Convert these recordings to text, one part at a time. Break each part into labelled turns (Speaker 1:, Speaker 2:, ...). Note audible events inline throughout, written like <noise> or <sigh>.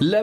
Speaker 1: La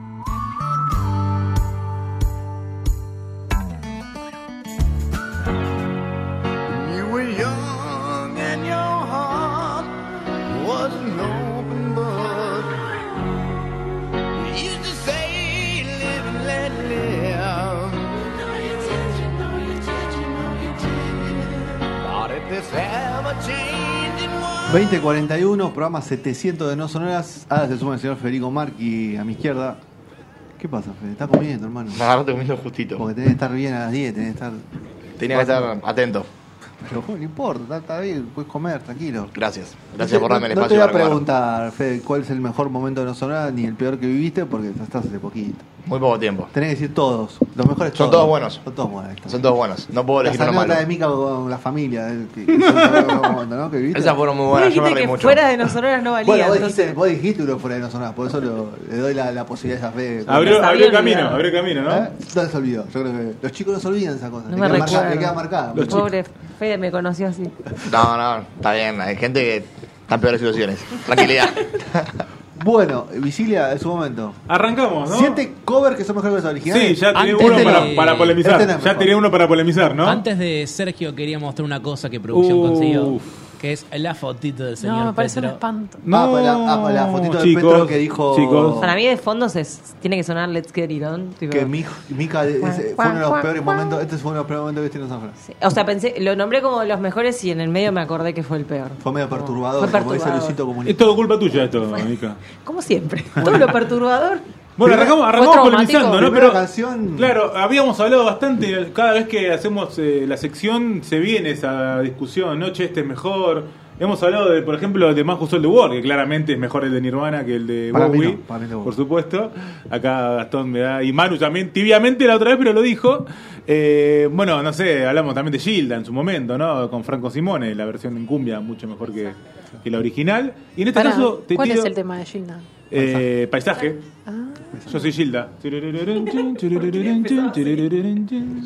Speaker 2: You were young and your heart was an open book. You used to say, live and let live. Thought at this ever changing world.
Speaker 3: 2041, programa 700 de No Sonoras. Ahora se suma el señor Federico Marqui a mi izquierda. ¿Qué pasa, Fede? ¿Estás comiendo, hermano?
Speaker 4: Me agarraste comiendo justito.
Speaker 3: Porque tenés que estar bien a las 10, tenés que estar...
Speaker 4: Tenía que estar atento.
Speaker 3: Pero bueno, no importa, está, está bien, puedes comer, tranquilo.
Speaker 4: Gracias.
Speaker 3: No te-
Speaker 4: Gracias por darme el
Speaker 3: no-
Speaker 4: espacio.
Speaker 3: No te
Speaker 4: para
Speaker 3: voy a
Speaker 4: grabar.
Speaker 3: preguntar, Fede, cuál es el mejor momento de No Sonoras, ni el peor que viviste, porque estás hace poquito.
Speaker 4: Muy poco tiempo.
Speaker 3: Tenés que decir todos, los mejores
Speaker 4: Son todos buenos.
Speaker 3: Son todos buenos. ahí está.
Speaker 4: Son todos buenos. No puedo
Speaker 3: Las
Speaker 4: elegir uno malo.
Speaker 3: anécdotas de Mica con la familia, eh, que, que son todos buenos, ¿no? Que viviste.
Speaker 4: Esas fueron muy
Speaker 5: Vos
Speaker 4: buenas. Yo me
Speaker 5: dijiste
Speaker 4: reí
Speaker 5: que
Speaker 4: mucho.
Speaker 5: fuera de nosotros no valía.
Speaker 3: Bueno, vos
Speaker 5: entonces-
Speaker 3: dijiste, vos dijiste uno fuera de No Sonoras, por eso lo- le doy la, la posibilidad a esa fe.
Speaker 6: Abrió,
Speaker 5: Sabía
Speaker 6: abrió
Speaker 5: olvidar.
Speaker 6: camino, abrió camino, ¿no?
Speaker 3: ¿Eh? No se olvidó. Yo creo que los chicos no se olvidan esa cosa.
Speaker 5: No
Speaker 3: le, queda
Speaker 5: me
Speaker 3: marcada,
Speaker 5: recuerdo.
Speaker 3: le queda marcada.
Speaker 6: Los chicos.
Speaker 5: Pobre Fede me conoció así.
Speaker 4: No, no, está bien. Hay gente que está en peores situaciones. Tranquilidad. Eh,
Speaker 3: Bueno, Visilia, es su momento.
Speaker 6: Arrancamos, ¿no?
Speaker 3: Siete covers que son mejores que los originales.
Speaker 6: Sí, ya tenía
Speaker 7: Antes
Speaker 6: uno
Speaker 7: de
Speaker 6: para,
Speaker 7: la-
Speaker 6: para polemizar.
Speaker 3: Este no es
Speaker 6: ya
Speaker 3: mejor.
Speaker 6: tenía uno para polemizar, ¿no?
Speaker 7: Antes de Sergio quería mostrar una cosa que producción
Speaker 6: Uf.
Speaker 7: consiguió, que es la fotito del señor
Speaker 5: No, me parece un
Speaker 7: Petro.
Speaker 5: espanto.
Speaker 6: No,
Speaker 3: Ah, para la- ah, para la fotito de
Speaker 6: chicos,
Speaker 3: Petro que dijo-
Speaker 6: Chicos.
Speaker 5: Para mí de fondo se tiene que sonar Let's Get It On. tipo-
Speaker 3: Oh. Que mi, Mica de- ese fue uno de los peores momentos. Este fue uno de los peores momentos que viste en San Fran.
Speaker 5: Sí, O sea, pensé, lo nombré como los mejores y en el medio me acordé que fue el peor.
Speaker 3: Fue medio
Speaker 5: Como-
Speaker 3: perturbador,
Speaker 5: fue
Speaker 3: como dice
Speaker 5: perturbador.
Speaker 3: Luisito
Speaker 6: Es
Speaker 3: Comunica.
Speaker 6: todo culpa tuya esto,
Speaker 5: <laughs>
Speaker 6: Mica.
Speaker 5: Como siempre. Todo lo perturbador.
Speaker 6: Bueno, arrancamos, arrancamos
Speaker 5: Fue traumático.
Speaker 6: polemizando, ¿no?
Speaker 3: Primera
Speaker 6: Pero,
Speaker 3: canción.
Speaker 6: Claro, habíamos hablado bastante. Cada vez que hacemos eh, la sección, se viene esa discusión. Noche, este es mejor. Hemos hablado, de, por ejemplo, de Majus Soul de War, que claramente es mejor el de Nirvana que el de
Speaker 3: Para mí
Speaker 6: Bowie.
Speaker 3: no, para mí no.
Speaker 6: Por supuesto. Acá Gastón me da. Y Manu también, tibiamente la otra vez, pero lo dijo. Eh, bueno, no sé, hablamos también de Gilda en su momento, ¿no? Con Franco Simone, la versión en Cumbia, mucho mejor que, que la original. Y en este
Speaker 8: Pará,
Speaker 6: caso, te
Speaker 8: ¿Cuál
Speaker 6: tiro,
Speaker 8: es el tema de Gina?
Speaker 6: eh, paisaje.
Speaker 8: Ah,
Speaker 6: Yo soy Gilda.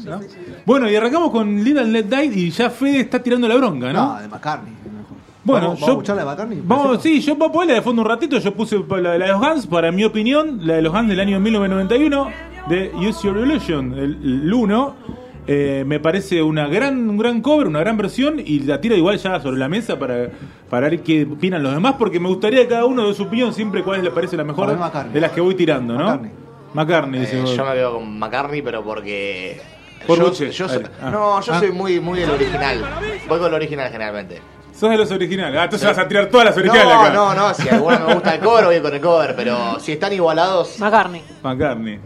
Speaker 6: ¿No? Bueno, y arrancamos con Little and Let Die y ya Fede está tirando la bronca,
Speaker 3: No,
Speaker 6: ¿no?
Speaker 3: de McCartney. es mejor.
Speaker 6: Bueno,
Speaker 3: ¿Vamos,
Speaker 6: yo-
Speaker 3: ¿vamos a escuchar la de McCartney?
Speaker 6: Vamos, sí, yo puedo ponerla de fondo un ratito. Yo puse la, la de los Guns, para mi opinión, la de los Guns del año 1991, de Use Your Illusion, el, el 1. Eh, me parece una gran, un gran cover, una gran versión y la tiro igual ya sobre la mesa para, para ver qué opinan los demás, porque me gustaría que cada uno de su opinión siempre cuál le parece la mejor
Speaker 3: Para mí McCartney.
Speaker 6: de las que voy tirando, ¿no?
Speaker 3: McCartney.
Speaker 6: McCartney, dice
Speaker 4: Eh,
Speaker 6: vos.
Speaker 4: yo me veo con McCartney, pero porque.
Speaker 6: Por
Speaker 4: yo,
Speaker 6: Buche.
Speaker 4: yo soy-
Speaker 6: Ah.
Speaker 4: No, yo
Speaker 6: Ah.
Speaker 4: soy muy, muy del original. Voy con el original generalmente.
Speaker 6: Sos de los originales. Ah,
Speaker 4: Eh,
Speaker 6: entonces vas a tirar todas las originales
Speaker 4: no,
Speaker 6: acá.
Speaker 4: no, no. Si alguna me gusta el cover, voy con el cover. Pero si están igualados.
Speaker 8: McCartney.
Speaker 6: McCartney.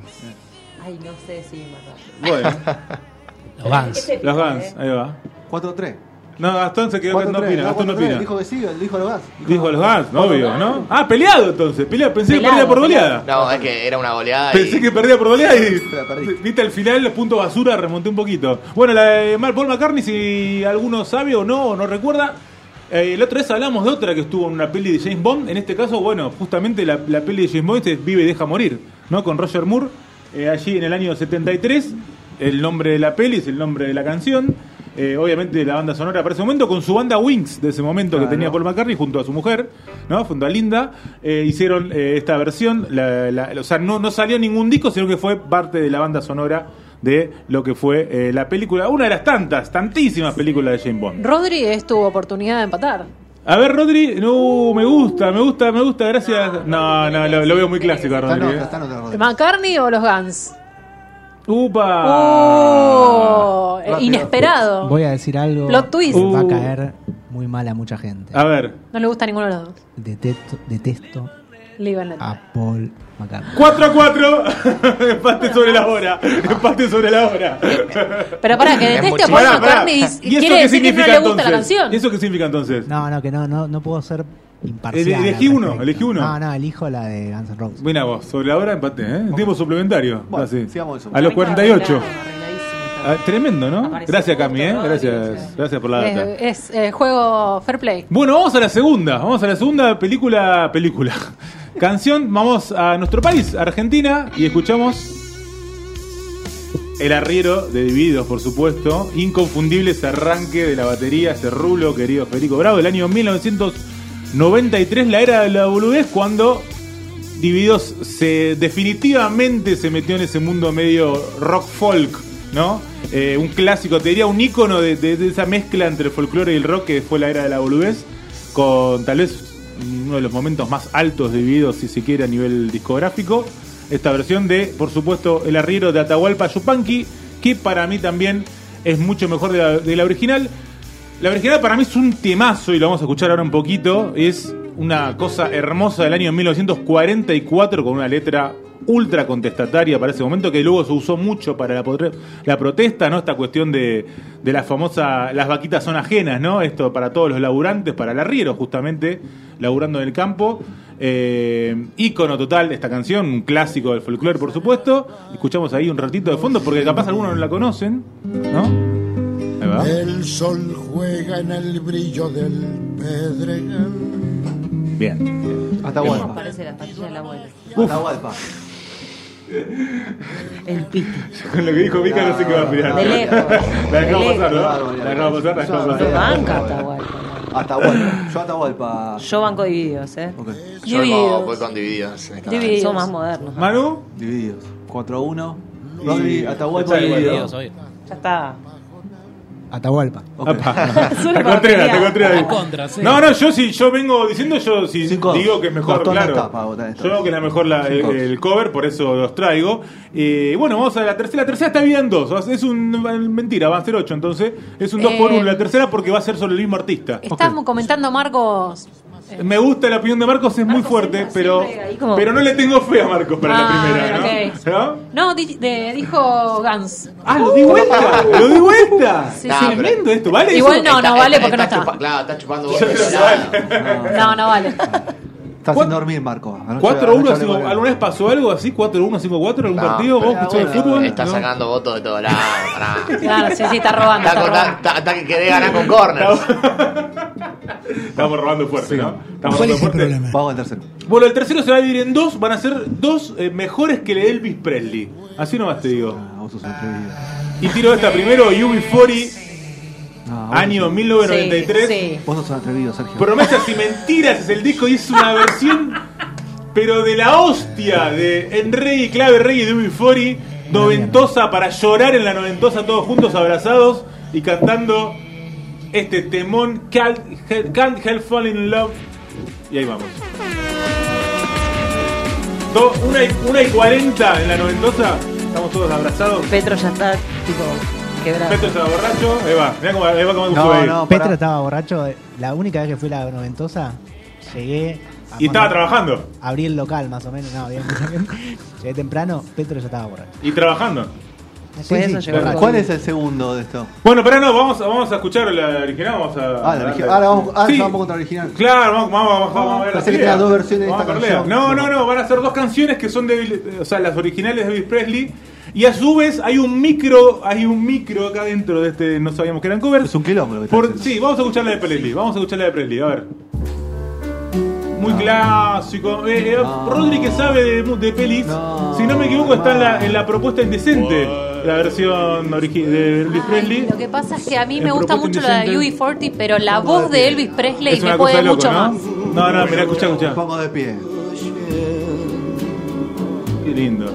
Speaker 5: Ay, no sé si me acuerdo.
Speaker 4: <laughs>
Speaker 6: Bueno,
Speaker 7: Los Guns.
Speaker 6: los
Speaker 4: Eh,
Speaker 6: Guns, ahí va.
Speaker 3: 4-3.
Speaker 6: No, Gastón se quedó que no
Speaker 3: 4-3.
Speaker 6: opina.
Speaker 3: no,
Speaker 6: Gastón no
Speaker 3: 4-3,
Speaker 6: opina.
Speaker 3: Dijo que sí, dijo los gas.
Speaker 6: Dijo los Guns, no, obvio, ¿no? Ah, peleado entonces. Peleado. Pensé que
Speaker 5: Peleado,
Speaker 6: perdía por
Speaker 5: peleado.
Speaker 6: goleada.
Speaker 4: No, es que era una goleada. y-
Speaker 6: Pensé que perdía por goleada y.
Speaker 3: <laughs> La perdí.
Speaker 6: Viste al final, los puntos basura, remonté un poquito. Bueno, la de Mar- Paul McCartney, si alguno sabe o no, o no recuerda. eh, la otra vez hablamos de otra que estuvo en una peli de James Bond. En este caso, bueno, justamente la, la peli de James Bond es Vive y Deja Morir, ¿no? Con Roger Moore, eh, allí en el año 73. El nombre de la peli es el nombre de la canción. Eh, obviamente la banda sonora para ese momento con su banda Wings de ese momento que
Speaker 3: Claro.
Speaker 6: tenía Paul McCartney junto a su mujer, ¿no? Junto a Linda, eh, hicieron eh, esta versión. la- la- o sea, no, no salió ningún disco, sino que fue parte de la banda sonora de lo que fue eh, la película. Una de las tantas, tantísimas películas de James Bond.
Speaker 8: Rodri es tu oportunidad de empatar.
Speaker 6: A ver, Rodri, no, me gusta, me gusta, me gusta, gracias. No, no, lo, lo veo muy clásico a
Speaker 3: Está en
Speaker 6: Rodri.
Speaker 3: otra,
Speaker 6: eh.
Speaker 3: está en otra ronda.
Speaker 8: ¿McCartney o los Guns?
Speaker 6: Ah. ¡Upa!
Speaker 8: ¡Oh!
Speaker 3: Rápido.
Speaker 8: Inesperado.
Speaker 9: Voy a decir algo
Speaker 8: Plot twist.
Speaker 9: que va
Speaker 6: Uh.
Speaker 9: a caer muy mal a mucha gente.
Speaker 6: A ver,
Speaker 8: No le gusta ninguno de los dos.
Speaker 9: Detesto, detesto
Speaker 8: Live and let die.
Speaker 9: a Paul McCartney.
Speaker 6: 4 a 4, <laughs> empate sobre la hora, empate sobre la hora.
Speaker 8: Pero para que deteste a Paul
Speaker 6: Pará, pará.
Speaker 8: McCartney
Speaker 6: ¿Y eso
Speaker 8: quiere
Speaker 6: qué
Speaker 8: decir que no
Speaker 6: significa
Speaker 8: le gusta la
Speaker 6: entonces?
Speaker 8: canción.
Speaker 6: ¿Y eso qué significa entonces?
Speaker 9: No, no, que no, no, no puedo ser imparcial.
Speaker 6: Ele- elegí
Speaker 9: al
Speaker 6: uno,
Speaker 9: respecto.
Speaker 6: elegí uno.
Speaker 9: No, no, elijo la de Guns N' Roses.
Speaker 6: Mira vos, sobre la hora empaté, ¿eh? Tiempo suplementario.
Speaker 3: Bueno,
Speaker 6: así.
Speaker 3: sigamos eso.
Speaker 6: A los 48.
Speaker 5: Arregladísimo estaba.
Speaker 6: Ah, tremendo, ¿no?
Speaker 5: Apareció
Speaker 6: Gracias, Cami, ¿eh?
Speaker 5: justo,
Speaker 6: Gracias, gracias por la data.
Speaker 8: Es, es, eh, juego fair play.
Speaker 6: Bueno, vamos a la segunda. Vamos a la segunda película. <laughs> Película. Canción. Vamos a nuestro país, Argentina, y escuchamos. El arriero de Divididos, por supuesto. Inconfundible ese arranque de la batería, ese rulo, querido Federico Bravo. El año 1993, la era de la boludez, cuando Divididos se, definitivamente se metió en ese mundo medio rock folk, ¿no? Eh, un clásico, te diría un ícono de, de- de esa mezcla entre el folclore y el rock que fue la era de la boludez, con tal vez uno de los momentos más altos de Divididos, si se quiere, a nivel discográfico. Esta versión de, por supuesto, El arriero de Atahualpa Yupanqui, que para mí también es mucho mejor de la- de la original. La original para mí es un temazo y lo vamos a escuchar ahora un poquito. Es una cosa hermosa del año 1944 con una letra ultra contestataria para ese momento que luego se usó mucho para la, potre- la protesta, ¿no? Esta cuestión de, de la famosa, las vaquitas son ajenas, ¿no? Esto para todos los laburantes, para el arriero justamente, laburando en el campo. Eh, ícono total de esta canción, un clásico del folclore por supuesto. Escuchamos ahí un ratito de fondo porque capaz algunos no la conocen, ¿no? Ahí va.
Speaker 10: El sol juega en el brillo del pedregal.
Speaker 6: Bien.
Speaker 5: ¿Cómo parece la pastilla de la abuela? El pito.
Speaker 6: Con lo que dijo Mica no sé qué va a tirar.
Speaker 5: De lejos.
Speaker 6: La dejamos
Speaker 5: De
Speaker 6: pasar,
Speaker 5: lejos.
Speaker 6: ¿no? La dejamos pasar, la dejamos
Speaker 5: Lo
Speaker 6: pasar.
Speaker 5: banca Atahualpa.
Speaker 3: Atahualpa. Yo Atahualpa.
Speaker 5: Yo banco divididos, ¿eh?
Speaker 4: Yo
Speaker 5: Divididos.
Speaker 4: no, voy con divididos.
Speaker 3: Divididos.
Speaker 5: Son más modernos.
Speaker 6: Manu.
Speaker 3: Divididos. 4 a 1.
Speaker 6: Y-
Speaker 3: Rodri, Atahualpa.
Speaker 6: Atahualpa.
Speaker 3: Divididos.
Speaker 5: Ya está.
Speaker 9: Atahualpa.
Speaker 8: <laughs>
Speaker 6: Apa.
Speaker 5: Solo
Speaker 6: Te
Speaker 5: para
Speaker 6: encontré,
Speaker 5: pelear.
Speaker 6: te encontré ahí.
Speaker 7: En contra, sí.
Speaker 6: No, no, yo si yo vengo diciendo, yo si digo que es mejor,
Speaker 3: Gastón no
Speaker 6: claro.
Speaker 3: está para votar esta
Speaker 6: yo digo que es la mejor la- el,
Speaker 3: Cinco.
Speaker 6: el cover, por eso los traigo. Eh, bueno, vamos a la tercera. La tercera está bien en dos. Es un mentira, va a ser ocho entonces. Es un dos por
Speaker 8: Eh.
Speaker 6: uno la tercera porque va a ser sobre el mismo artista.
Speaker 8: Estamos comentando, Marcos. eh,
Speaker 6: Me gusta la opinión de Marcos, es muy fuerte, pero,
Speaker 8: siempre ahí como-
Speaker 6: pero no le tengo fe a Marcos para la
Speaker 8: Ah,
Speaker 6: primera,
Speaker 8: ok.
Speaker 6: ¿no? ¿No?
Speaker 8: No, di- de- dijo Gans.
Speaker 6: ¡Ah, lo di
Speaker 9: <laughs>
Speaker 6: vuelta! ¡Lo di vuelta!
Speaker 8: Sí,
Speaker 4: sí.
Speaker 6: Tremendo esto, ¿vale?
Speaker 8: Igual
Speaker 6: Eso-
Speaker 8: no, no vale porque no
Speaker 4: Está
Speaker 8: está.
Speaker 4: chupa- Claro, está chupando
Speaker 6: Yo
Speaker 4: golpes.
Speaker 6: lo-
Speaker 4: Nada.
Speaker 8: No, no vale.
Speaker 3: Está sin dormir, Marco. Ah, Anoche-
Speaker 6: 4-1,
Speaker 3: anoche hablé
Speaker 6: cinco-
Speaker 3: con él.
Speaker 6: ¿alguna vez pasó algo así? 4-1, 5-4, algún
Speaker 4: No,
Speaker 6: partido, vos
Speaker 4: pero
Speaker 6: que sos de
Speaker 4: bueno,
Speaker 6: fútbol.
Speaker 4: Está
Speaker 6: ¿no?
Speaker 4: sacando votos de todo lado. pará.
Speaker 6: <laughs>
Speaker 8: Claro, sí, sí, está robando.
Speaker 4: Está
Speaker 8: Está
Speaker 4: con-
Speaker 8: robando.
Speaker 4: está- está que querés ganar con corners.
Speaker 6: Estamos robando fuerte, ¿no? Estamos
Speaker 9: ¿Cuál
Speaker 6: robando
Speaker 9: es el
Speaker 6: fuerte.
Speaker 9: problema?
Speaker 3: Vamos al tercero.
Speaker 6: Bueno, el tercero se va a dividir en dos, van a ser dos eh, mejores que el de Elvis Presley. Así nomás te digo.
Speaker 3: Ah, vos sos atrevido.
Speaker 6: Y tiro esta primero, UB40,
Speaker 3: No,
Speaker 9: Ah,
Speaker 3: vos
Speaker 6: año
Speaker 3: sos-
Speaker 6: 1993.
Speaker 5: Sí,
Speaker 3: Vos no sos atrevido, Sergio.
Speaker 6: Promesas y Mentiras es el disco y es una versión, pero de la hostia, de Enrey, Clave Rey y Dumi Fori, noventosa para llorar en la noventosa todos juntos abrazados y cantando este temón Can't, Hel- Can't Help Falling in Love. Y ahí vamos. Do- una, y, una y 40 en la noventosa, estamos todos abrazados.
Speaker 5: Petro ya está, tipo, quebrado.
Speaker 6: Petro está borracho, ahí va, mirá cómo, ahí va cómo sube
Speaker 3: No,
Speaker 6: ahí.
Speaker 3: no, pará.
Speaker 9: Petro estaba borracho. La única vez que fui a la noventosa, llegué. a
Speaker 6: Y estaba
Speaker 9: cuando
Speaker 6: trabajando,
Speaker 9: Abrí el local, más o menos. No, bien. <laughs> llegué temprano, Petro ya estaba borracho.
Speaker 6: y trabajando.
Speaker 5: Después de eso llegó
Speaker 9: borracho.
Speaker 3: ¿Cuál es el segundo de esto?
Speaker 6: Bueno, pero no, vamos, vamos a escuchar la original, vamos a...
Speaker 3: Ah, la origi- ahora vamos, ahora
Speaker 6: Sí.
Speaker 3: vamos contra la original.
Speaker 6: Claro, vamos, vamos, vamos, vamos a ver la
Speaker 3: Pensé que
Speaker 6: pelea.
Speaker 3: tenía dos versiones de
Speaker 6: Vamos
Speaker 3: esta
Speaker 6: a ver la
Speaker 3: canción.
Speaker 6: pelea. No, no, no, van a ser dos canciones que son de, Bill- o sea, las originales de Elvis Presley y a su vez hay un micro, hay un micro acá dentro de este, no sabíamos que eran covers.
Speaker 3: Es un quilombo lo que está
Speaker 6: Por-
Speaker 3: haciendo.
Speaker 6: sí, vamos a escuchar la de Presley, vamos a escuchar la de Presley, a ver. Muy clásico. Eh, eh, Rodri que sabe de, de pelis,
Speaker 3: No.
Speaker 6: si no me equivoco está en la, en la propuesta indecente, la versión origi- de Elvis Presley.
Speaker 8: Ay, lo que pasa es que a mí me
Speaker 6: En
Speaker 8: gusta
Speaker 6: Propuesta
Speaker 8: mucho la de
Speaker 6: Indecente.
Speaker 8: UB40, pero la voz de Elvis Presley me puede
Speaker 6: loco,
Speaker 8: mucho
Speaker 6: ¿no?
Speaker 8: más.
Speaker 6: No, no, mirá, escuchá,
Speaker 3: Me
Speaker 6: escuchá.
Speaker 3: pongo de pie.
Speaker 6: Qué lindo.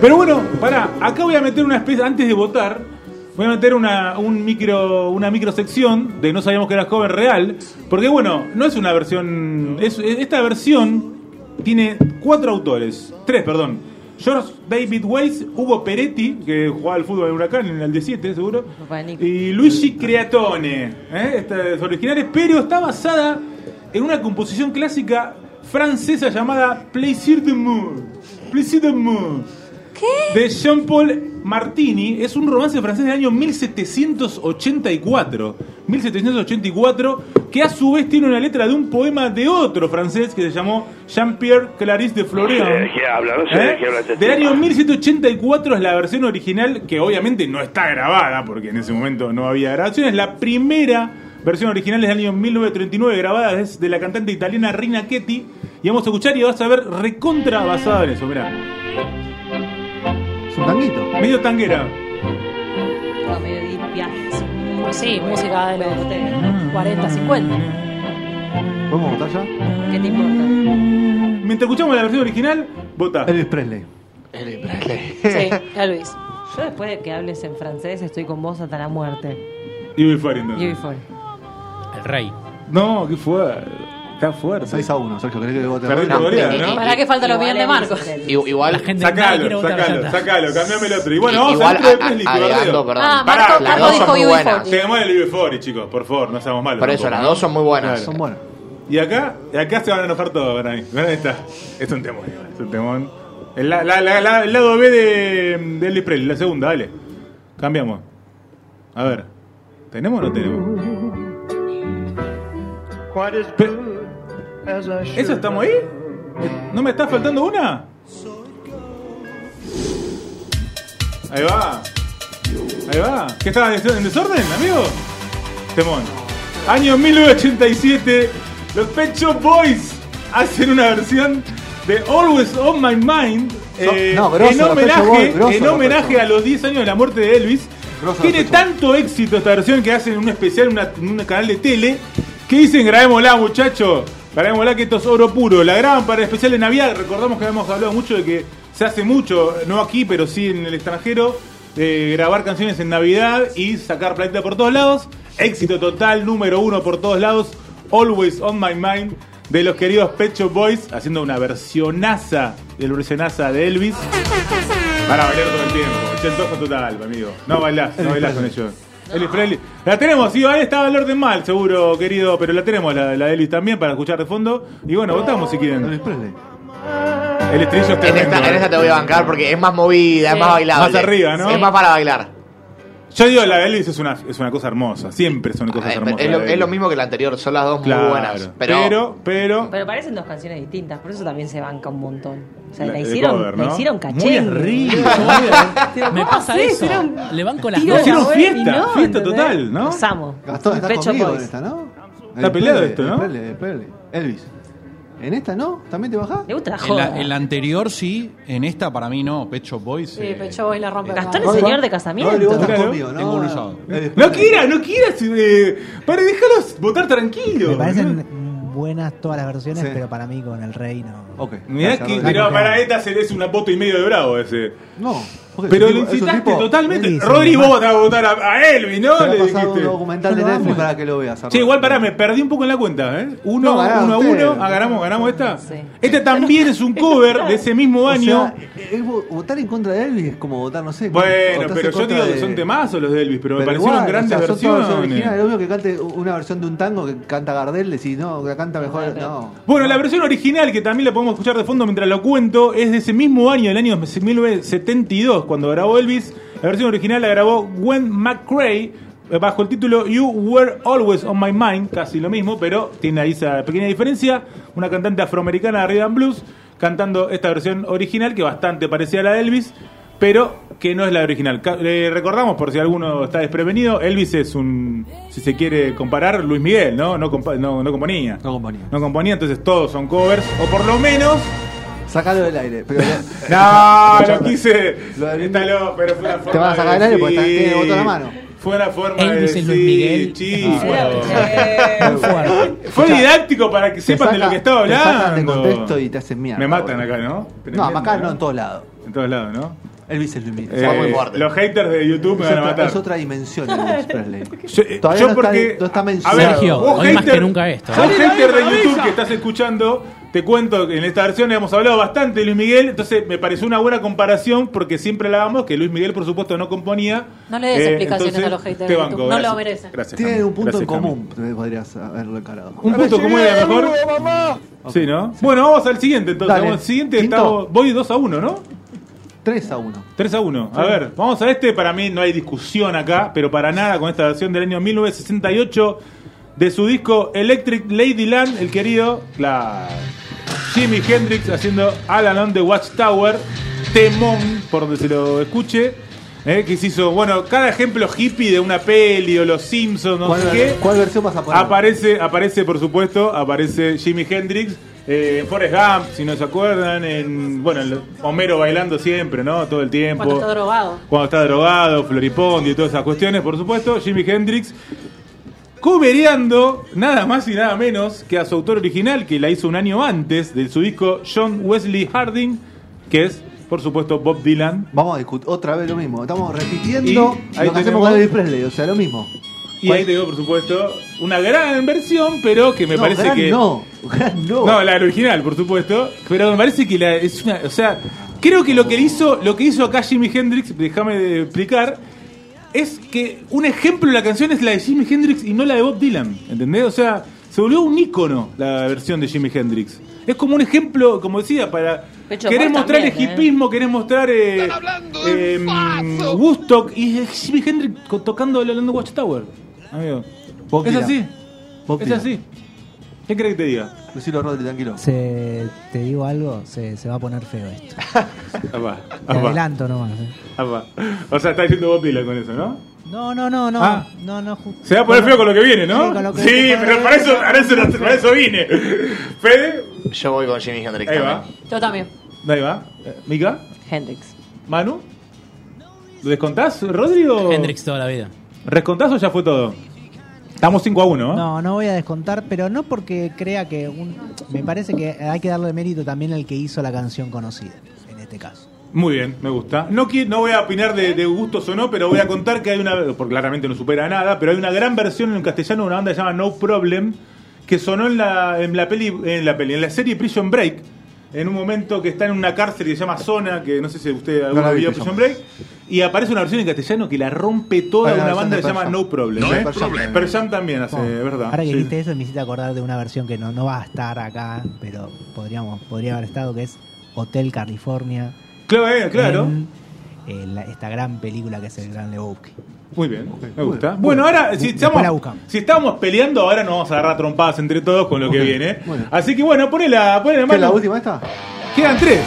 Speaker 6: Pero bueno, pará, acá voy a meter una especie, antes de votar, voy a meter una, un micro, una microsección de no sabíamos que era cover real, porque bueno, no es una versión, es- es- esta versión tiene cuatro autores, tres, perdón. George David Weiss, Hugo Peretti, que jugaba al fútbol en Huracán en el 17 seguro,
Speaker 5: Papá Nico.
Speaker 6: y Luigi Creatone, ¿eh? Esta es originales, pero está basada en una composición clásica francesa llamada Plaisir de Moon. Plaisir de Moon de Jean-Paul Martini es un romance francés del año 1784. 1784, que a su vez tiene una letra de un poema de otro francés que se llamó Jean-Pierre Clarisse de Florean. ¿Eh? Del año 1784 es la versión original, que obviamente no está grabada, porque en ese momento no había grabaciones. La primera versión original es del año 1939, grabada es de la cantante italiana Rina Ketty. Y vamos a escuchar y vas a ver recontra basada en eso, mirá.
Speaker 3: tanguito.
Speaker 6: Medio tanguera.
Speaker 8: No, medio Edith Piaf. Pues sí, música de los 40,
Speaker 6: <laughs>
Speaker 8: 50.
Speaker 3: ¿Podemos votar ya?
Speaker 8: ¿Qué te importa?
Speaker 6: Mientras escuchamos la versión original, vota.
Speaker 3: Elvis Presley.
Speaker 5: Sí, ya lo hizo. Yo después de que hables en francés estoy con vos hasta la muerte.
Speaker 6: Jimmy Farrington.
Speaker 5: You before.
Speaker 7: El rey.
Speaker 6: No, qué fuerte. Está fuerte.
Speaker 3: 6 a 1, Sergio, ¿querés que vote
Speaker 6: Perdí
Speaker 3: Roberto?
Speaker 6: tu teoría, ¿no?
Speaker 8: Para que falta los
Speaker 5: Igual
Speaker 8: bien de
Speaker 5: Elvis
Speaker 8: Marcos.
Speaker 5: es el-
Speaker 4: I- Igual.
Speaker 7: La gente nadie
Speaker 6: Sacalo,
Speaker 7: quiere votar. ya
Speaker 6: sacalo,
Speaker 7: está.
Speaker 6: sacalo, cambiame el otro. Y bueno, vamos a
Speaker 4: igual
Speaker 6: ver tres Presley,
Speaker 4: a- a- agregando,
Speaker 6: que
Speaker 4: perdón.
Speaker 8: Ah,
Speaker 6: Pará,
Speaker 8: Marco,
Speaker 6: las
Speaker 8: Marco
Speaker 6: dos
Speaker 8: dijo
Speaker 4: son muy
Speaker 8: You
Speaker 4: buenas.
Speaker 8: before.
Speaker 6: Tenemos el UB40, chicos, por favor, no seamos malos.
Speaker 4: Por eso,
Speaker 6: tampoco,
Speaker 4: las
Speaker 6: ¿no?
Speaker 4: dos son muy buenas.
Speaker 3: Son buenos.
Speaker 6: Y acá, acá se van a enojar todos, van ahí. Van ahí está. Es un temón, es un temón. El, la- la- la- la- el lado B de, de Elvis Presley, la segunda, dale. Cambiamos. A ver. ¿Tenemos o no tenemos?
Speaker 2: Quite as
Speaker 6: Pe-
Speaker 2: good as I should.
Speaker 6: ¿Eso estamos ahí? ¿No me está faltando una? Ahí va. Ahí va. ¿Qué estabas en desorden, amigo? Temón. Año 1987. Los Pet Shop Boys hacen una versión de Always on My Mind. eh,
Speaker 3: no, grosso,
Speaker 6: en
Speaker 3: los Pet Shop Boys, grosso,
Speaker 6: homenaje, en
Speaker 3: los Pet
Speaker 6: homenaje
Speaker 3: Shop
Speaker 6: a los 10 años de la muerte de Elvis.
Speaker 3: Grosso,
Speaker 6: Tiene
Speaker 3: los Pet Shop
Speaker 6: tanto tanto éxito esta versión que hacen un especial en una- en un canal de tele que dicen grabémosla muchachos, grabémosla que esto es oro puro. La graban para el especial de Navidad, recordamos que habíamos hablado mucho de que se hace mucho, no aquí pero sí en el extranjero, de grabar canciones en Navidad y sacar platita por todos lados. Éxito total, número uno por todos lados, Always on My Mind. De los queridos Pecho Boys haciendo una versionaza del versionaza de Elvis. Para bailar todo el tiempo. Chentoso total, amigo. No bailás, no bailás con ellos. Elvis Presley. La tenemos, sí, ahí estaba el orden mal, seguro, querido, pero la tenemos, la, la de Elvis también, para escuchar de fondo. Y bueno, votamos si
Speaker 3: Elvis
Speaker 6: quieren.
Speaker 3: Presley.
Speaker 6: El estribillo es
Speaker 4: En
Speaker 6: tremendo.
Speaker 4: esta, en esta te voy a bancar porque es más movida, es más bailable.
Speaker 6: Más arriba, ¿no?
Speaker 4: Es más para bailar.
Speaker 6: Yo digo, la de Elvis es una, es una cosa hermosa, siempre son cosas
Speaker 4: Eh,
Speaker 6: hermosas.
Speaker 4: es,
Speaker 6: la
Speaker 4: lo,
Speaker 6: de
Speaker 4: es lo
Speaker 6: Elvis.
Speaker 4: mismo que la anterior, son las dos
Speaker 6: Claro.
Speaker 4: muy buenas. Pero,
Speaker 6: pero, pero,
Speaker 5: Pero parecen dos canciones distintas, por eso también se banca un montón. O sea,
Speaker 6: La-
Speaker 5: la,
Speaker 6: de
Speaker 5: hicieron,
Speaker 6: cover,
Speaker 5: la
Speaker 6: ¿no?
Speaker 5: hicieron
Speaker 6: Muy
Speaker 5: cachete. <laughs>
Speaker 6: arriba,
Speaker 5: Ah,
Speaker 7: Me pasa eso. Le banco las
Speaker 6: No,
Speaker 7: dos.
Speaker 6: hicieron fiesta, fiesta total, ¿no?
Speaker 5: Los amo.
Speaker 3: Gastón, estás
Speaker 5: Pecho
Speaker 3: conmigo en
Speaker 5: Boys.
Speaker 3: esta, ¿no?
Speaker 6: Está peleado esto,
Speaker 3: Elvis
Speaker 6: ¿no?
Speaker 3: Presley, Elvis Presley. Elvis. ¿En esta no? ¿También te bajás?
Speaker 5: Le gusta la
Speaker 11: En
Speaker 5: joda.
Speaker 11: la, en la anterior sí, en esta para mí no, Pecho Boys.
Speaker 8: Sí,
Speaker 11: eh,
Speaker 8: Pecho Boy la rompe.
Speaker 5: Gastón
Speaker 8: más.
Speaker 5: es
Speaker 3: Rodri,
Speaker 5: señor de
Speaker 3: Rodri, vos
Speaker 5: casamiento.
Speaker 3: estás
Speaker 6: Claro.
Speaker 3: conmigo, ¿no?
Speaker 11: Tengo uno solo.
Speaker 3: Elvis
Speaker 6: No
Speaker 3: Presley.
Speaker 6: quiera, no quieras. Eh, para, déjalos votar tranquilo.
Speaker 9: Me parecen buenas todas las versiones,
Speaker 3: Sí.
Speaker 9: pero para mí con el rey no.
Speaker 3: Ok.
Speaker 6: Mirá
Speaker 3: gracias,
Speaker 6: que
Speaker 3: Rodri.
Speaker 6: pero para esta se le es una voto y medio de bravo ese.
Speaker 3: No. porque
Speaker 6: Pero
Speaker 3: es
Speaker 6: lo
Speaker 3: un tipo- es un
Speaker 6: incitaste
Speaker 3: tipo-
Speaker 6: totalmente.
Speaker 9: Sí, sí,
Speaker 6: Rodri,
Speaker 9: más.
Speaker 6: vos vas a votar a, a Elvis, ¿no?
Speaker 3: Te va a
Speaker 6: Le
Speaker 3: pasar un
Speaker 6: dijiste.
Speaker 3: documental de
Speaker 9: Yo lo
Speaker 3: Netflix
Speaker 9: amo.
Speaker 3: para que lo veas.
Speaker 6: Che, igual pará, me perdí un poco en la cuenta, ¿eh? Uno,
Speaker 3: No, ganaba
Speaker 6: uno a
Speaker 3: usted.
Speaker 6: uno. Ah, ganamos, ganamos esta.
Speaker 5: Sí.
Speaker 6: Esta también es un cover de ese mismo
Speaker 3: O
Speaker 6: año.
Speaker 3: sea, es vo- votar en contra de Elvis es como votar, no sé.
Speaker 6: bueno,
Speaker 3: votarse
Speaker 6: pero yo
Speaker 3: contra
Speaker 6: digo que
Speaker 3: de-
Speaker 6: son temazos los de Elvis, pero, me
Speaker 3: Pero
Speaker 6: parecieron
Speaker 3: igual, o
Speaker 6: grandes
Speaker 3: sea, son todas versiones originales.
Speaker 6: versiones.
Speaker 3: Es obvio que cante una versión de un tango que canta Gardel, decís, no, que canta mejor. No.
Speaker 6: Bueno, la versión original, que también la podemos escuchar de fondo mientras lo cuento, es de ese mismo año, el año 1972, cuando grabó Elvis. La versión original la grabó Gwen McCrae eh, bajo el título You Were Always On My Mind, casi lo mismo, pero tiene ahí esa pequeña diferencia. Una cantante afroamericana de Rhythm Blues cantando esta versión original, que bastante parecía a la de Elvis, pero que no es la original. Ca- Le recordamos, por si alguno está desprevenido, Elvis es un, si se quiere comparar, Luis Miguel, ¿no? No, compa- no, no componía.
Speaker 3: No componía.
Speaker 6: No componía, entonces todos son covers, o por
Speaker 3: <laughs>
Speaker 6: lo menos.
Speaker 3: Sacalo del aire.
Speaker 6: <laughs>
Speaker 3: Pero,
Speaker 6: No, no
Speaker 3: Escuchame.
Speaker 6: quise.
Speaker 3: Lo de-
Speaker 6: Está loco, pero fue una forma.
Speaker 3: vas a sacar
Speaker 6: de
Speaker 3: el aire porque
Speaker 6: decir.
Speaker 3: está- tiene botón en la mano.
Speaker 6: Fue una forma
Speaker 7: Elvis
Speaker 6: de
Speaker 7: y
Speaker 6: decir,
Speaker 7: Luis Miguel.
Speaker 6: chico.
Speaker 3: Muy fuerte.
Speaker 6: Fue didáctico para que
Speaker 3: Te
Speaker 6: sepan de
Speaker 3: saca-
Speaker 6: lo que estaba
Speaker 3: te
Speaker 6: hablando.
Speaker 3: sacan de contexto y te hacen mierda.
Speaker 6: Me matan
Speaker 3: boludo.
Speaker 6: acá, ¿no?
Speaker 3: No, acá no, en
Speaker 6: todos.
Speaker 3: todos lados.
Speaker 6: En todos lados, ¿no?
Speaker 3: Elvis es Luis Miguel.
Speaker 4: Fue muy
Speaker 6: Eh,
Speaker 4: fuerte.
Speaker 6: los haters de YouTube me
Speaker 3: es,
Speaker 6: van a
Speaker 3: otra,
Speaker 6: matar.
Speaker 3: es otra dimensión Elvis Presley.
Speaker 6: <laughs> Yo, eh,
Speaker 3: Todavía
Speaker 6: yo
Speaker 3: no está-
Speaker 6: porque,
Speaker 3: no está
Speaker 6: a ver,
Speaker 3: mencionado.
Speaker 7: Sergio,
Speaker 6: vos
Speaker 7: hoy más que nunca esto, ¿eh?
Speaker 6: Vos hater de YouTube que estás escuchando, te cuento que en esta versión hemos hablado bastante de Luis Miguel, entonces me pareció una buena comparación porque siempre hablábamos que Luis Miguel, por supuesto, no componía. Eh,
Speaker 8: No le des explicaciones a los haters
Speaker 6: te
Speaker 8: de
Speaker 6: banco,
Speaker 8: YouTube, no lo
Speaker 6: gracias.
Speaker 8: merecen.
Speaker 6: Gracias,
Speaker 3: Tienen
Speaker 6: Cami,
Speaker 3: un punto
Speaker 6: gracias,
Speaker 3: en
Speaker 6: Cami.
Speaker 3: común. Podrías haberlo encarado.
Speaker 6: Un punto común era mejor. Sí, ¿no? Bueno, vamos al siguiente entonces.
Speaker 3: Dale.
Speaker 6: Vamos al siguiente
Speaker 3: Quinto.
Speaker 6: estamos- voy 2 a 1, ¿no?
Speaker 3: 3 a 1.
Speaker 6: 3 a 1. A ver, vamos a este. Para mí no hay discusión acá, pero para nada con esta versión del año 1968 de su disco Electric Ladyland, el querido la Jimi Hendrix haciendo Alan on the Watchtower, temón, por donde se lo escuche. eh, que se hizo, bueno, cada ejemplo hippie de una peli o los Simpsons, no sé
Speaker 3: ¿Cuál,
Speaker 6: qué.
Speaker 3: ¿Cuál versión vas a poner?
Speaker 6: Aparece, aparece, por supuesto, aparece Jimi Hendrix Eh, Forrest Gump, si no se acuerdan, en, bueno, el- Homero bailando siempre, ¿no? Todo el tiempo.
Speaker 8: Cuando está drogado.
Speaker 6: Cuando está drogado, Floripondio y todas esas cuestiones, por supuesto. Jimi Hendrix cobereando nada más y nada menos que a su autor original, que la hizo un año antes de su disco John Wesley Harding, que es, por supuesto, Bob Dylan.
Speaker 3: Vamos a discutir otra vez lo mismo. Estamos repitiendo
Speaker 6: Y ahí
Speaker 3: lo que hacemos
Speaker 6: tenemos-
Speaker 3: con Elvis Presley, o sea, lo mismo.
Speaker 6: Y ahí tengo, por supuesto, una gran versión, pero que me
Speaker 3: No,
Speaker 6: parece
Speaker 3: gran
Speaker 6: que.
Speaker 3: no, <laughs> gran no.
Speaker 6: No, la original, por supuesto. Pero me parece que la, es una. O sea, creo que lo que hizo, lo que hizo acá Jimi Hendrix, déjame de explicar, es que un ejemplo de la canción es la de Jimi Hendrix y no la de Bob Dylan. ¿Entendés? O sea, se volvió un ícono la versión de Jimi Hendrix. Es como un ejemplo, como decía, para.
Speaker 12: Pecho
Speaker 6: querés
Speaker 12: Boy
Speaker 6: mostrar
Speaker 12: también,
Speaker 6: el hipismo, querés mostrar eh, eh, Woodstock y es Jimi Hendrix co- tocando el Orlando Watchtower. Amigo.
Speaker 3: Bob
Speaker 6: es
Speaker 3: Dylan.
Speaker 6: así.
Speaker 3: Bob
Speaker 6: es
Speaker 3: Dylan.
Speaker 6: así. ¿Qué crees que te diga?
Speaker 3: Lucilo Rodri, tranquilo.
Speaker 9: Se, te digo algo, se, se va a poner feo esto.
Speaker 6: Apá,
Speaker 9: Te
Speaker 6: apá,
Speaker 9: adelanto nomás. eh.
Speaker 6: apá. O sea, está diciendo Bob Dylan con eso, ¿no?
Speaker 9: No, no, no, no.
Speaker 6: Ah.
Speaker 9: No, no, justo.
Speaker 6: Se va a poner feo con lo que viene,
Speaker 9: Sí, con
Speaker 6: ¿no?
Speaker 9: lo
Speaker 6: Sí,
Speaker 9: que viene.
Speaker 6: pero para eso, para eso, para eso vine. Fede.
Speaker 4: Yo voy con Jimi Hendrix.
Speaker 6: Ahí va.
Speaker 4: también.
Speaker 8: Yo también.
Speaker 6: Ahí va. Eh, Mica.
Speaker 5: Hendrix.
Speaker 6: Manu. ¿Lo descontás, Rodrigo?
Speaker 7: Hendrix toda la vida.
Speaker 6: ¿Rescontás o ya fue todo? Estamos 5 a 1, ¿eh?
Speaker 9: No, no voy a descontar, pero no porque crea que un... Me parece que hay que darle mérito también al que hizo la canción conocida, en este caso.
Speaker 6: Muy bien, me gusta. No, qui- no voy a opinar de, de gustos o no, pero voy a contar que hay una. Porque claramente no supera nada, pero hay una gran versión en castellano de una banda que se llama No Problem, que sonó en la, en la peli, en la peli, en la serie Prison Break. En un momento que está en una cárcel que se llama Zona, que no sé si usted alguno
Speaker 3: la vi,
Speaker 6: vio Prison
Speaker 3: Prison
Speaker 6: Break, y aparece una versión en castellano que la rompe toda
Speaker 3: Hay una versión
Speaker 6: una banda
Speaker 3: de
Speaker 6: que se llama
Speaker 3: Pearl Jam.
Speaker 6: No Problem.
Speaker 3: No
Speaker 6: ¿eh?
Speaker 3: Problem.
Speaker 6: Pearl Jam también hace,
Speaker 9: Bueno,
Speaker 6: ¿verdad?
Speaker 9: Ahora que
Speaker 6: Sí.
Speaker 9: viste eso, me hiciste acordar de una versión que no, no va a estar acá, pero podríamos, podría haber estado, que es Hotel California.
Speaker 6: Claro, claro.
Speaker 3: Mm.
Speaker 9: en, eh, la- esta gran película que es el Gran Lebowski.
Speaker 6: Muy bien, me
Speaker 9: Muy
Speaker 6: gusta.
Speaker 9: bien.
Speaker 6: Bueno,
Speaker 9: Muy
Speaker 6: ahora,
Speaker 9: bien.
Speaker 6: si
Speaker 9: Después la
Speaker 6: estamos,
Speaker 9: buscamos.
Speaker 6: si estábamos peleando, ahora nos vamos a agarrar a trompadas entre todos con lo que viene. Así que bueno, ponela, la, ponela,
Speaker 3: ¿Qué es la
Speaker 6: Manu.
Speaker 3: última esta?
Speaker 6: Quedan tres.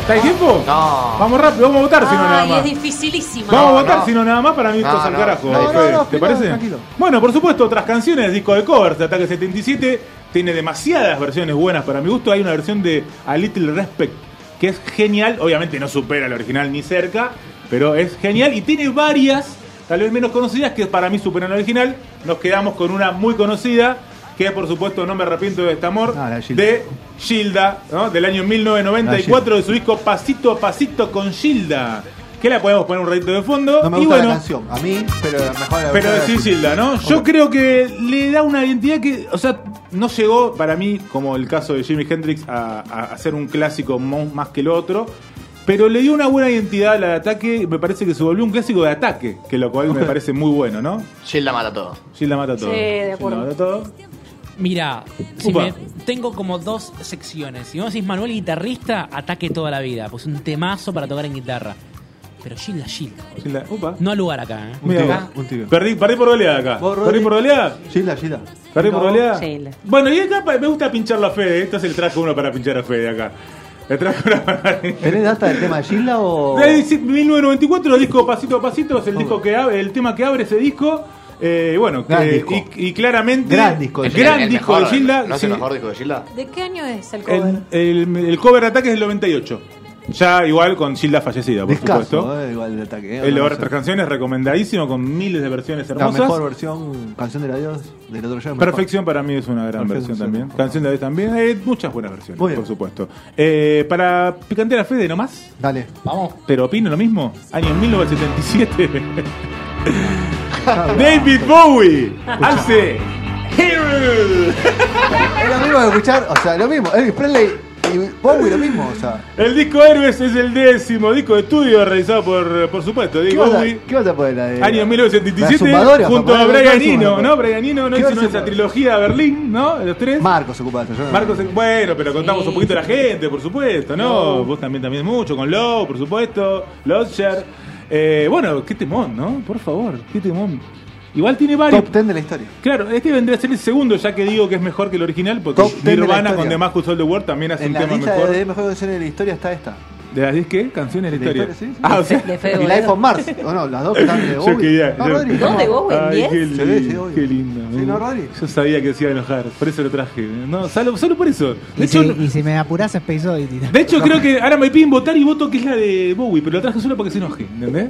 Speaker 6: ¿Está el tiempo? No. Vamos rápido, vamos a votar si no nada
Speaker 8: Ay, es
Speaker 6: más.
Speaker 8: dificilísima.
Speaker 6: Vamos a votar si no nada más para mí
Speaker 8: No,
Speaker 6: esto es al
Speaker 8: no.
Speaker 6: carajo.
Speaker 8: No, no,
Speaker 6: Fede.
Speaker 8: no,
Speaker 6: ¿Te
Speaker 8: tranquilo,
Speaker 6: parece?
Speaker 8: tranquilo.
Speaker 6: Bueno, por supuesto, otras canciones, disco de covers de Ataque 77 tiene demasiadas versiones buenas para mi gusto. Hay una versión de A Little Respect que es genial, obviamente no supera al original ni cerca, pero es genial y tiene varias, tal vez menos conocidas, que para mí superan al original. Nos quedamos con una muy conocida, que por supuesto no me arrepiento de este amor,
Speaker 8: Ah,
Speaker 6: de Gilda, ¿no? del año 1994, de su disco Pasito a Pasito con Gilda. Que la podemos poner un ratito de fondo.
Speaker 3: No me
Speaker 6: y
Speaker 3: gusta
Speaker 6: bueno,
Speaker 3: la canción, a mí, pero mejor la
Speaker 6: pero
Speaker 3: la-
Speaker 6: decir Gilda, ¿no? Yo creo que le da una identidad que, o sea, no llegó para mí, como el caso de Jimi Hendrix, a, a- a ser un clásico mo- más que el otro. Pero le dio una buena identidad al ataque. Me parece que se volvió un clásico de ataque, que lo cual me parece muy bueno, ¿no?
Speaker 4: Gilda mata todo.
Speaker 6: Gilda mata todo.
Speaker 8: Sí, de
Speaker 6: Gilda
Speaker 8: acuerdo.
Speaker 6: mata todo.
Speaker 7: Mira, si
Speaker 6: Upa.
Speaker 7: me- tengo como dos secciones. Si vos decís Manuel guitarrista, ataque toda la vida. Pues un temazo para tocar en guitarra. Pero Gilda, Gilda.
Speaker 6: Gilda, upa.
Speaker 7: No al lugar acá, ¿eh?
Speaker 6: Mira,
Speaker 7: Acá,
Speaker 6: un tiro. Perdí, perdí por goleada acá.
Speaker 7: ¿Vos,
Speaker 6: ¿Perdí
Speaker 7: Rodri?
Speaker 6: por goleada?
Speaker 3: Gilda, Gilda.
Speaker 6: ¿Perdí por
Speaker 7: No,
Speaker 6: goleada?
Speaker 7: Gilda.
Speaker 6: Bueno, y acá pa- me gusta pincharlo a Fede. Entonces le traje uno para pinchar a Fede acá. Le traje uno para... <laughs>
Speaker 3: ¿Tenés data del tema de Gilda o.?
Speaker 6: De ahí, sí, 1994, disco Pasito a Pasito, es el, disco que abre, el tema que abre ese disco. Eh, bueno,
Speaker 3: Gran
Speaker 6: eh,
Speaker 3: disco.
Speaker 6: Y, y claramente.
Speaker 3: Gran disco de
Speaker 6: el gran
Speaker 4: El- el
Speaker 6: disco
Speaker 4: mejor,
Speaker 6: de Gilda.
Speaker 4: ¿No es el
Speaker 6: sí.
Speaker 4: mejor disco de Gilda?
Speaker 8: ¿De qué año es el cover?
Speaker 6: El, el- el cover de ataque es del 98. Ya igual con Gilda fallecida, por
Speaker 3: Discazo,
Speaker 6: supuesto.
Speaker 3: eh, igual de ataque. eh,
Speaker 6: El
Speaker 3: una
Speaker 6: de otras
Speaker 3: versión.
Speaker 6: canciones recomendadísimo con miles de versiones
Speaker 3: La
Speaker 6: hermosas.
Speaker 3: mejor versión, canción del adiós del otro show.
Speaker 6: Perfección para mí es una gran
Speaker 3: Perfección,
Speaker 6: versión
Speaker 3: sí.
Speaker 6: también. Canción de vez también. Eh, muchas buenas versiones,
Speaker 3: Muy bien.
Speaker 6: por supuesto. Eh, para Picantera Fede nomás.
Speaker 3: Dale.
Speaker 6: Vamos. Pero opino lo mismo. Año
Speaker 3: <laughs>
Speaker 6: 1977. David Bowie hace Hero.
Speaker 3: Es lo mismo que escuchar, o sea, lo mismo. Elvis Presley y Bowie lo mismo, o sea.
Speaker 6: El disco Héroes es el décimo disco de estudio realizado por, por supuesto,
Speaker 3: ¿Qué
Speaker 6: David
Speaker 3: vas,
Speaker 6: Bowie.
Speaker 3: a, ¿Qué vas a poner? La de,
Speaker 6: Año
Speaker 3: la
Speaker 6: 1977,
Speaker 3: zumbadora,
Speaker 6: junto
Speaker 3: papá,
Speaker 6: a
Speaker 3: no,
Speaker 6: Brian
Speaker 3: no,
Speaker 6: Eno,
Speaker 3: no,
Speaker 6: ¿no? Brian Eno, ¿no?
Speaker 3: ¿Qué
Speaker 6: Hicieron
Speaker 3: versión?
Speaker 6: esa trilogía de Berlín, ¿no? Los tres.
Speaker 3: Marcos se ocupa de eso. yo no-
Speaker 6: Marcos, bueno, pero contamos un poquito a la gente, por supuesto, ¿no? Vos también, también mucho, con Lowe, por supuesto, Lodger. Eh, bueno, qué temón, ¿no? Por favor, qué temón. Igual tiene varios.
Speaker 3: Top 10 de la historia.
Speaker 6: Claro, este vendría a ser el segundo, ya que digo que es mejor que el original, porque
Speaker 3: Top 10 de la
Speaker 6: Nirvana
Speaker 3: historia.
Speaker 6: con Demascus All the World también hace
Speaker 3: En
Speaker 6: un
Speaker 3: la
Speaker 6: tema
Speaker 3: lista
Speaker 6: mejor.
Speaker 3: de mejores canciones de la historia está esta.
Speaker 6: ¿De las 10 qué? ¿Canciones de la historia? Ah, o sea,
Speaker 3: De Fede Y la Boledo. F on Mars, ¿o no? Las dos que están de
Speaker 6: <laughs> Yo
Speaker 3: Bowie.
Speaker 6: quería-
Speaker 3: No,
Speaker 6: yo-
Speaker 3: Rodri, ¿No, de Bowie,
Speaker 6: Ay,
Speaker 3: diez?
Speaker 6: Qué,
Speaker 3: Se ve, se ve,
Speaker 6: lindo,
Speaker 3: Bowie.
Speaker 6: qué lindo.
Speaker 3: Sí, ¿no, Rodri?
Speaker 6: Yo sabía que se iba a enojar, por eso lo traje. No, solo, solo por eso. De
Speaker 9: Y,
Speaker 6: hecho,
Speaker 9: si, y si me apurás, Space Oddity.
Speaker 6: de hecho creo que ahora me piden votar y voto que es la de Bowie, pero la traje solo para que se enoje, ¿entendés?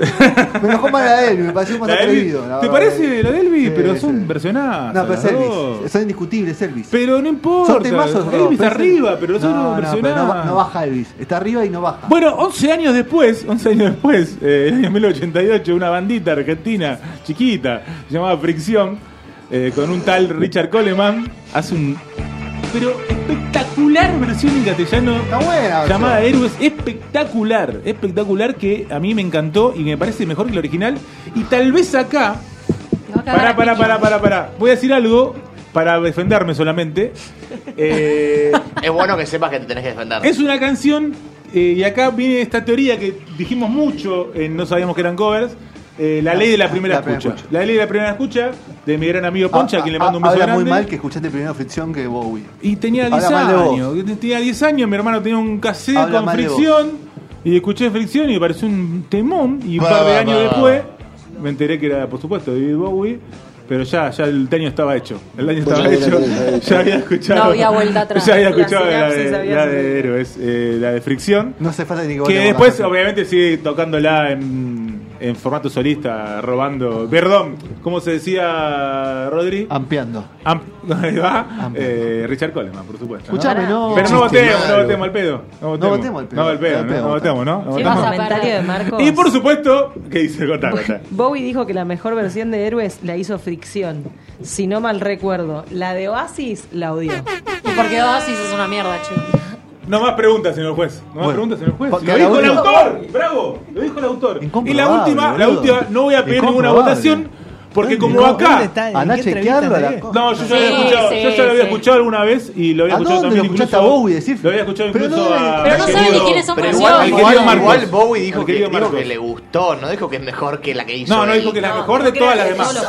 Speaker 3: Me enojó más la de Elvis, me pareció más
Speaker 6: La de Elvis.
Speaker 3: atrevido. la
Speaker 6: ¿Te
Speaker 3: verdad.
Speaker 6: parece la de Elvis?
Speaker 3: Sí,
Speaker 6: pero
Speaker 3: sí.
Speaker 6: son personadas.
Speaker 3: No, pero es Elvis. Son indiscutibles, Elvis.
Speaker 6: Pero no importa.
Speaker 3: Son temazos,
Speaker 6: Elvis
Speaker 3: Rodri, pero es
Speaker 6: arriba, pero nosotros
Speaker 3: no, no, pero no,
Speaker 6: impresionaba.
Speaker 3: ba- no baja Elvis. Está arriba y no baja.
Speaker 6: Bueno, 11 años después, 11 años después, eh, en el año 1988, una bandita argentina chiquita llamada Fricción, eh, con un tal Richard Coleman, hace un pero espectacular versión en castellano llamada Héroes, espectacular, espectacular que a mí me encantó y me parece mejor que el original. Y tal vez acá, para, para, para, para, para, voy a decir algo para defenderme solamente. Eh,
Speaker 4: Es bueno que sepas que te tenés que defender.
Speaker 6: es una canción, eh, y acá viene esta teoría que dijimos mucho, en no sabíamos que eran covers. eh, la ley de la primera
Speaker 3: Ah, La primera
Speaker 6: escucha. La ley de la primera escucha de mi gran amigo Poncha, a quien le
Speaker 3: Ah,
Speaker 6: mando un beso
Speaker 3: Habla
Speaker 6: grande.
Speaker 3: muy mal que escuchaste primero fricción que Bowie.
Speaker 6: Y tenía
Speaker 3: Habla
Speaker 6: 10
Speaker 3: mal de vos.
Speaker 6: años. Tenía 10 años, mi hermano tenía un cassette
Speaker 3: Habla
Speaker 6: con
Speaker 3: mal de vos.
Speaker 6: fricción. Y escuché fricción y me pareció un temón. Y un
Speaker 11: Va,
Speaker 6: par de
Speaker 11: va,
Speaker 6: años
Speaker 11: va,
Speaker 6: después me enteré que era, por supuesto, David Bowie. Pero ya, ya el daño estaba hecho. El daño estaba
Speaker 11: Ya
Speaker 6: hecho.
Speaker 11: había-
Speaker 6: <laughs> Ya había escuchado.
Speaker 8: No había vuelta atrás.
Speaker 6: <laughs> Ya había
Speaker 8: La
Speaker 6: escuchado la,
Speaker 8: sinapsis
Speaker 6: de,
Speaker 8: había
Speaker 6: la de
Speaker 8: sido-
Speaker 6: héroes, eh, la de fricción.
Speaker 3: No hace falta ni que
Speaker 6: Que
Speaker 3: volvamos
Speaker 6: después,
Speaker 3: a-
Speaker 6: obviamente, sigue tocándola en, en formato solista, robando. Perdón, ¿cómo se decía
Speaker 3: Ah,
Speaker 6: Rodri?
Speaker 3: Ampeando.
Speaker 6: Am- <laughs> ahí va, eh, Richard Coleman, por supuesto.
Speaker 3: Escuchame, no.
Speaker 6: Pero no
Speaker 3: Chiste
Speaker 6: votemos,
Speaker 3: malo.
Speaker 6: no votemos al pedo. No
Speaker 3: No votemos
Speaker 6: votemos,
Speaker 3: al pedo.
Speaker 6: No al pedo,
Speaker 3: Al
Speaker 6: no,
Speaker 3: pedo,
Speaker 6: no votemos, ¿no? No
Speaker 5: Sí,
Speaker 6: votamos.
Speaker 5: vas a comentario de Marcos.
Speaker 6: Y por supuesto, ¿qué dice Gota? Gota?
Speaker 5: Bowie dijo que la mejor versión de Héroes la hizo Fricción. Si no mal recuerdo, la de Oasis la odió.
Speaker 8: Porque Oasis es una mierda, chico.
Speaker 6: No más preguntas, señor juez. No más
Speaker 3: Bueno.
Speaker 6: preguntas, señor juez.
Speaker 3: Porque
Speaker 6: Lo dijo
Speaker 3: la
Speaker 6: el
Speaker 3: última-
Speaker 6: autor. Bravo. Lo dijo el autor. Y la
Speaker 3: Incomprobable,
Speaker 6: última, la
Speaker 3: boludo.
Speaker 6: última, no voy a pedir ninguna
Speaker 3: Incomprobable.
Speaker 6: votación. Porque
Speaker 3: ¿Dónde-
Speaker 6: como
Speaker 3: dónde
Speaker 6: acá.
Speaker 3: está? ¿En Andá qué a entrevista chequearla, la tenés? cosa.
Speaker 6: No, yo ya lo
Speaker 3: Sí,
Speaker 6: había escuchado.
Speaker 3: sí,
Speaker 6: yo ya lo había
Speaker 3: sí.
Speaker 6: escuchado alguna vez y lo había
Speaker 3: ¿A
Speaker 6: escuchado
Speaker 3: dónde
Speaker 6: también.
Speaker 3: lo escuchaste
Speaker 6: incluso-
Speaker 3: a Bowie decir?
Speaker 6: Lo había escuchado
Speaker 3: Pero no
Speaker 6: incluso
Speaker 3: debe-
Speaker 6: a.
Speaker 8: Pero no sabe de quiénes son
Speaker 4: Pero
Speaker 8: canciones.
Speaker 4: igual,
Speaker 6: Al
Speaker 4: igual,
Speaker 6: querido Marcos.
Speaker 4: igual Bowie dijo
Speaker 6: Al
Speaker 4: que,
Speaker 6: querido
Speaker 4: dijo
Speaker 6: Marcos.
Speaker 4: que le gustó, no dijo que es mejor que la que hizo.
Speaker 6: No, no
Speaker 4: él.
Speaker 6: dijo que la
Speaker 4: <laughs>
Speaker 6: mejor de todas las demás.
Speaker 3: Esos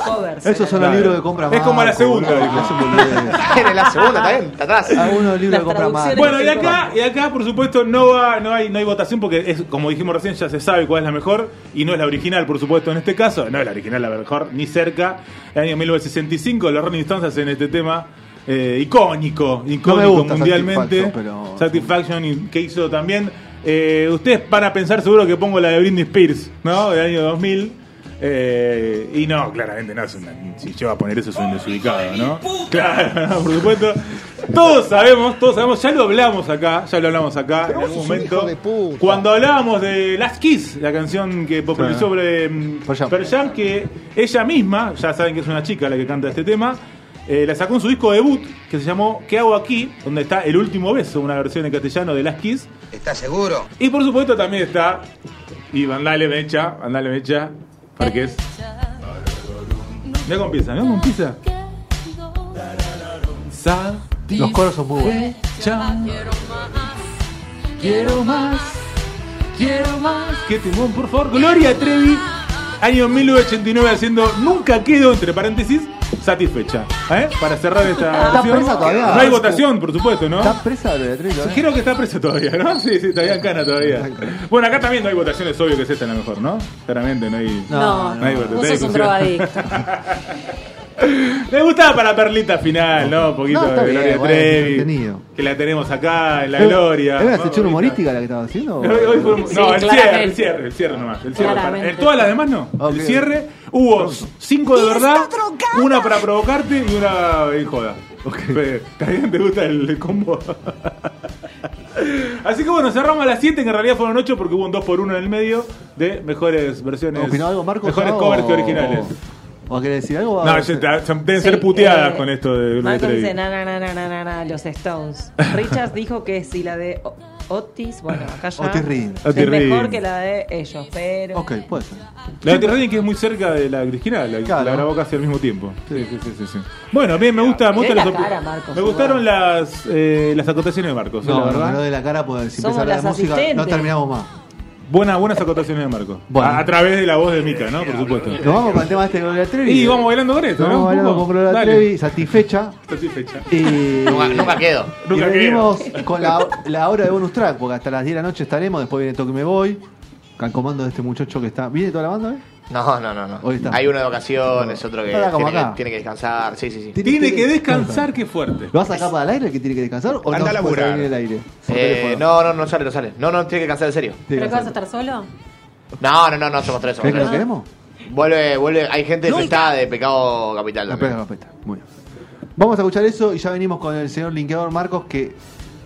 Speaker 3: son los
Speaker 6: Claro.
Speaker 3: libros que compra
Speaker 6: Es como la
Speaker 3: Marco,
Speaker 6: segunda.
Speaker 3: boludo,
Speaker 6: dijo.
Speaker 3: que hacen boludeces.
Speaker 4: Era la segunda, también, está atrás.
Speaker 3: Algunos libros que compra Marco.
Speaker 6: <laughs> Bueno, y acá, y acá, por supuesto, no va, no hay, no hay votación porque es, como dijimos recién, ya se sabe cuál es la mejor, y no es la original, por supuesto, en este caso, no es la original la mejor, ni cerca. El año 1965, los Rolling Stones hacen este tema eh, icónico, icónico
Speaker 3: gusta
Speaker 6: mundialmente.
Speaker 3: Satisfaction, pero-
Speaker 6: Satisfaction y- que hizo también. Eh, ustedes van a pensar seguro que pongo la de Britney Spears, ¿no? Del año 2000. Eh, y no, claramente no es una. Si yo voy a poner eso es un desubicado, ¿no? Claro, <laughs> no, por supuesto. Todos sabemos, todos sabemos, ya lo hablamos acá, ya lo hablamos acá en algún momento. Cuando hablábamos de Last Kiss, la canción que popularizó
Speaker 3: Claro.
Speaker 6: sobre mm, Pearl Jam, que ella misma, ya saben que es una chica la que canta este tema, eh, la sacó en su disco debut que se llamó ¿Qué hago aquí? Donde está El último beso, una versión en castellano de Last Kiss.
Speaker 12: ¿Estás seguro?
Speaker 6: Y por supuesto también está y Vandale Mecha, Vandale Mecha, Parques. Mira cómo empieza, mira cómo empieza. Sa-
Speaker 3: Los coros son muy
Speaker 6: ¿Eh?
Speaker 3: buenos.
Speaker 6: Cha-
Speaker 12: Quiero más.
Speaker 6: Quiero más. Qué timón, por favor. Gloria Trevi, año 1989, haciendo Nunca quedo, entre paréntesis, satisfecha. ¿Eh? Para cerrar esta.
Speaker 3: Está
Speaker 6: sesión.
Speaker 3: presa todavía. este.
Speaker 6: No hay votación, por supuesto, ¿no?
Speaker 3: Está presa de Beatriz, ¿eh?
Speaker 6: Creo que está presa todavía, ¿no? Sí, sí, todavía en cana todavía. Bueno, acá también no hay votaciones, obvio que es esta la mejor, ¿no? Claramente no hay.
Speaker 8: No,
Speaker 6: hay
Speaker 8: no.
Speaker 6: votación.
Speaker 8: Vos sos
Speaker 6: <laughs>
Speaker 8: un drogadicto.
Speaker 6: Me gustaba para Perlita final, ¿no? Un poquito
Speaker 3: No, está
Speaker 6: de
Speaker 3: bien,
Speaker 6: Gloria
Speaker 3: bueno,
Speaker 6: Trevi.
Speaker 3: entretenido.
Speaker 6: Que la tenemos acá, en la
Speaker 3: ¿Era-
Speaker 6: Gloria.
Speaker 3: ¿Era la
Speaker 6: ¿no?
Speaker 3: sección humorística la que estaba haciendo?
Speaker 6: Hoy- hoy fue un-
Speaker 3: Sí,
Speaker 6: no, el cierre,
Speaker 3: claramente.
Speaker 6: el cierre, el cierre nomás. El cierre
Speaker 3: Claramente.
Speaker 6: para- el- todas las demás no.
Speaker 3: Ah, Ok.
Speaker 6: El cierre hubo cinco de verdad, una para provocarte y una en joda. Fede, ¿También te gusta el, el combo? <laughs> Así que bueno, cerramos a las 7, que en realidad fueron 8 porque hubo un 2 por 1 en el medio de mejores versiones.
Speaker 3: ¿Opinó algo, Marcos,
Speaker 6: Mejores
Speaker 3: o-
Speaker 6: covers que originales.
Speaker 3: ¿Vos querés decir algo?
Speaker 6: No, ya está, son- deben
Speaker 5: Sí,
Speaker 6: ser puteadas
Speaker 5: eh,
Speaker 6: con esto de Gloria
Speaker 5: Marcos
Speaker 6: Trevi.
Speaker 5: dice, na, na, na, na, na, na, na, los
Speaker 6: <laughs>
Speaker 5: Stones. Richards dijo que si la de O- Otis, bueno, acá ya
Speaker 6: Otis Redding.
Speaker 5: es
Speaker 6: Otis
Speaker 5: mejor
Speaker 6: Redding.
Speaker 5: que la de ellos, pero...
Speaker 3: Ok, puede ser.
Speaker 6: La de Terrani que es muy cerca de la original, la, la grabó casi al mismo tiempo. Sí, sí, sí, sí, sí. Bueno, bien, me gusta, me,
Speaker 5: Mirá
Speaker 6: gusta
Speaker 5: la
Speaker 6: las op-
Speaker 5: cara, Marcos,
Speaker 6: me
Speaker 5: igual.
Speaker 6: gustaron las, eh, las acotaciones de Marcos,
Speaker 3: No,
Speaker 6: la
Speaker 3: no,
Speaker 6: verdad.
Speaker 3: no de la cara, porque si empieza
Speaker 5: Somos
Speaker 3: a hablar de
Speaker 5: las
Speaker 3: música no
Speaker 5: asistentes.
Speaker 3: terminamos más.
Speaker 6: Buena, buenas acotaciones de Marco. A, a través de la voz de Mica, ¿no? Por supuesto.
Speaker 3: Nos vamos con el tema este de Gloria Trevi.
Speaker 6: Y vamos bailando con esto,
Speaker 3: Nos
Speaker 6: ¿no?
Speaker 3: Vamos
Speaker 6: Un
Speaker 3: bailando
Speaker 6: poco.
Speaker 3: con Gloria
Speaker 6: Dale.
Speaker 3: Trevi,
Speaker 6: <laughs>
Speaker 3: satisfecha.
Speaker 6: Satisfecha.
Speaker 3: Y-
Speaker 4: Nunca- nunca quedo.
Speaker 3: Y
Speaker 4: Nunca
Speaker 3: venimos con la, la hora de bonus track, porque hasta las 10 de la noche estaremos, después viene Toque Me Voy, al comando de este muchacho que está. ¿Viene toda la banda? eh?
Speaker 4: No, no, no. no.
Speaker 3: Hoy está.
Speaker 4: Hay uno de vacaciones, otro que
Speaker 3: Ahora como
Speaker 4: tiene, que
Speaker 3: acá.
Speaker 4: tiene que descansar. Sí, sí, sí.
Speaker 6: Tiene que descansar, qué fuerte.
Speaker 3: ¿Lo vas a sacar para el aire el que tiene que descansar? ¿O no
Speaker 4: Anda a
Speaker 3: se puede
Speaker 4: laburar.
Speaker 3: salir en el aire? Por
Speaker 4: Eh,
Speaker 3: teléfono.
Speaker 4: no, no, no sale, no sale. No, no, tiene que descansar en serio.
Speaker 8: ¿Pero qué vas a estar solo?
Speaker 4: No, no, no, no, somos tres.
Speaker 3: ¿Crees
Speaker 4: Somos
Speaker 3: que lo
Speaker 4: tres.
Speaker 3: queremos?
Speaker 4: Vuelve, vuelve. Hay gente infectada de pecado capital.
Speaker 3: La
Speaker 4: también.
Speaker 3: pega, la peta. Muy bien. Vamos a escuchar eso y ya venimos con el señor linkeador Marcos, que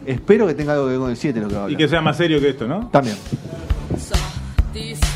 Speaker 3: espero que tenga algo que ver con el 7 lo que va a
Speaker 6: Y
Speaker 3: hablar.
Speaker 6: que sea más serio que esto, ¿no?
Speaker 3: También.
Speaker 12: These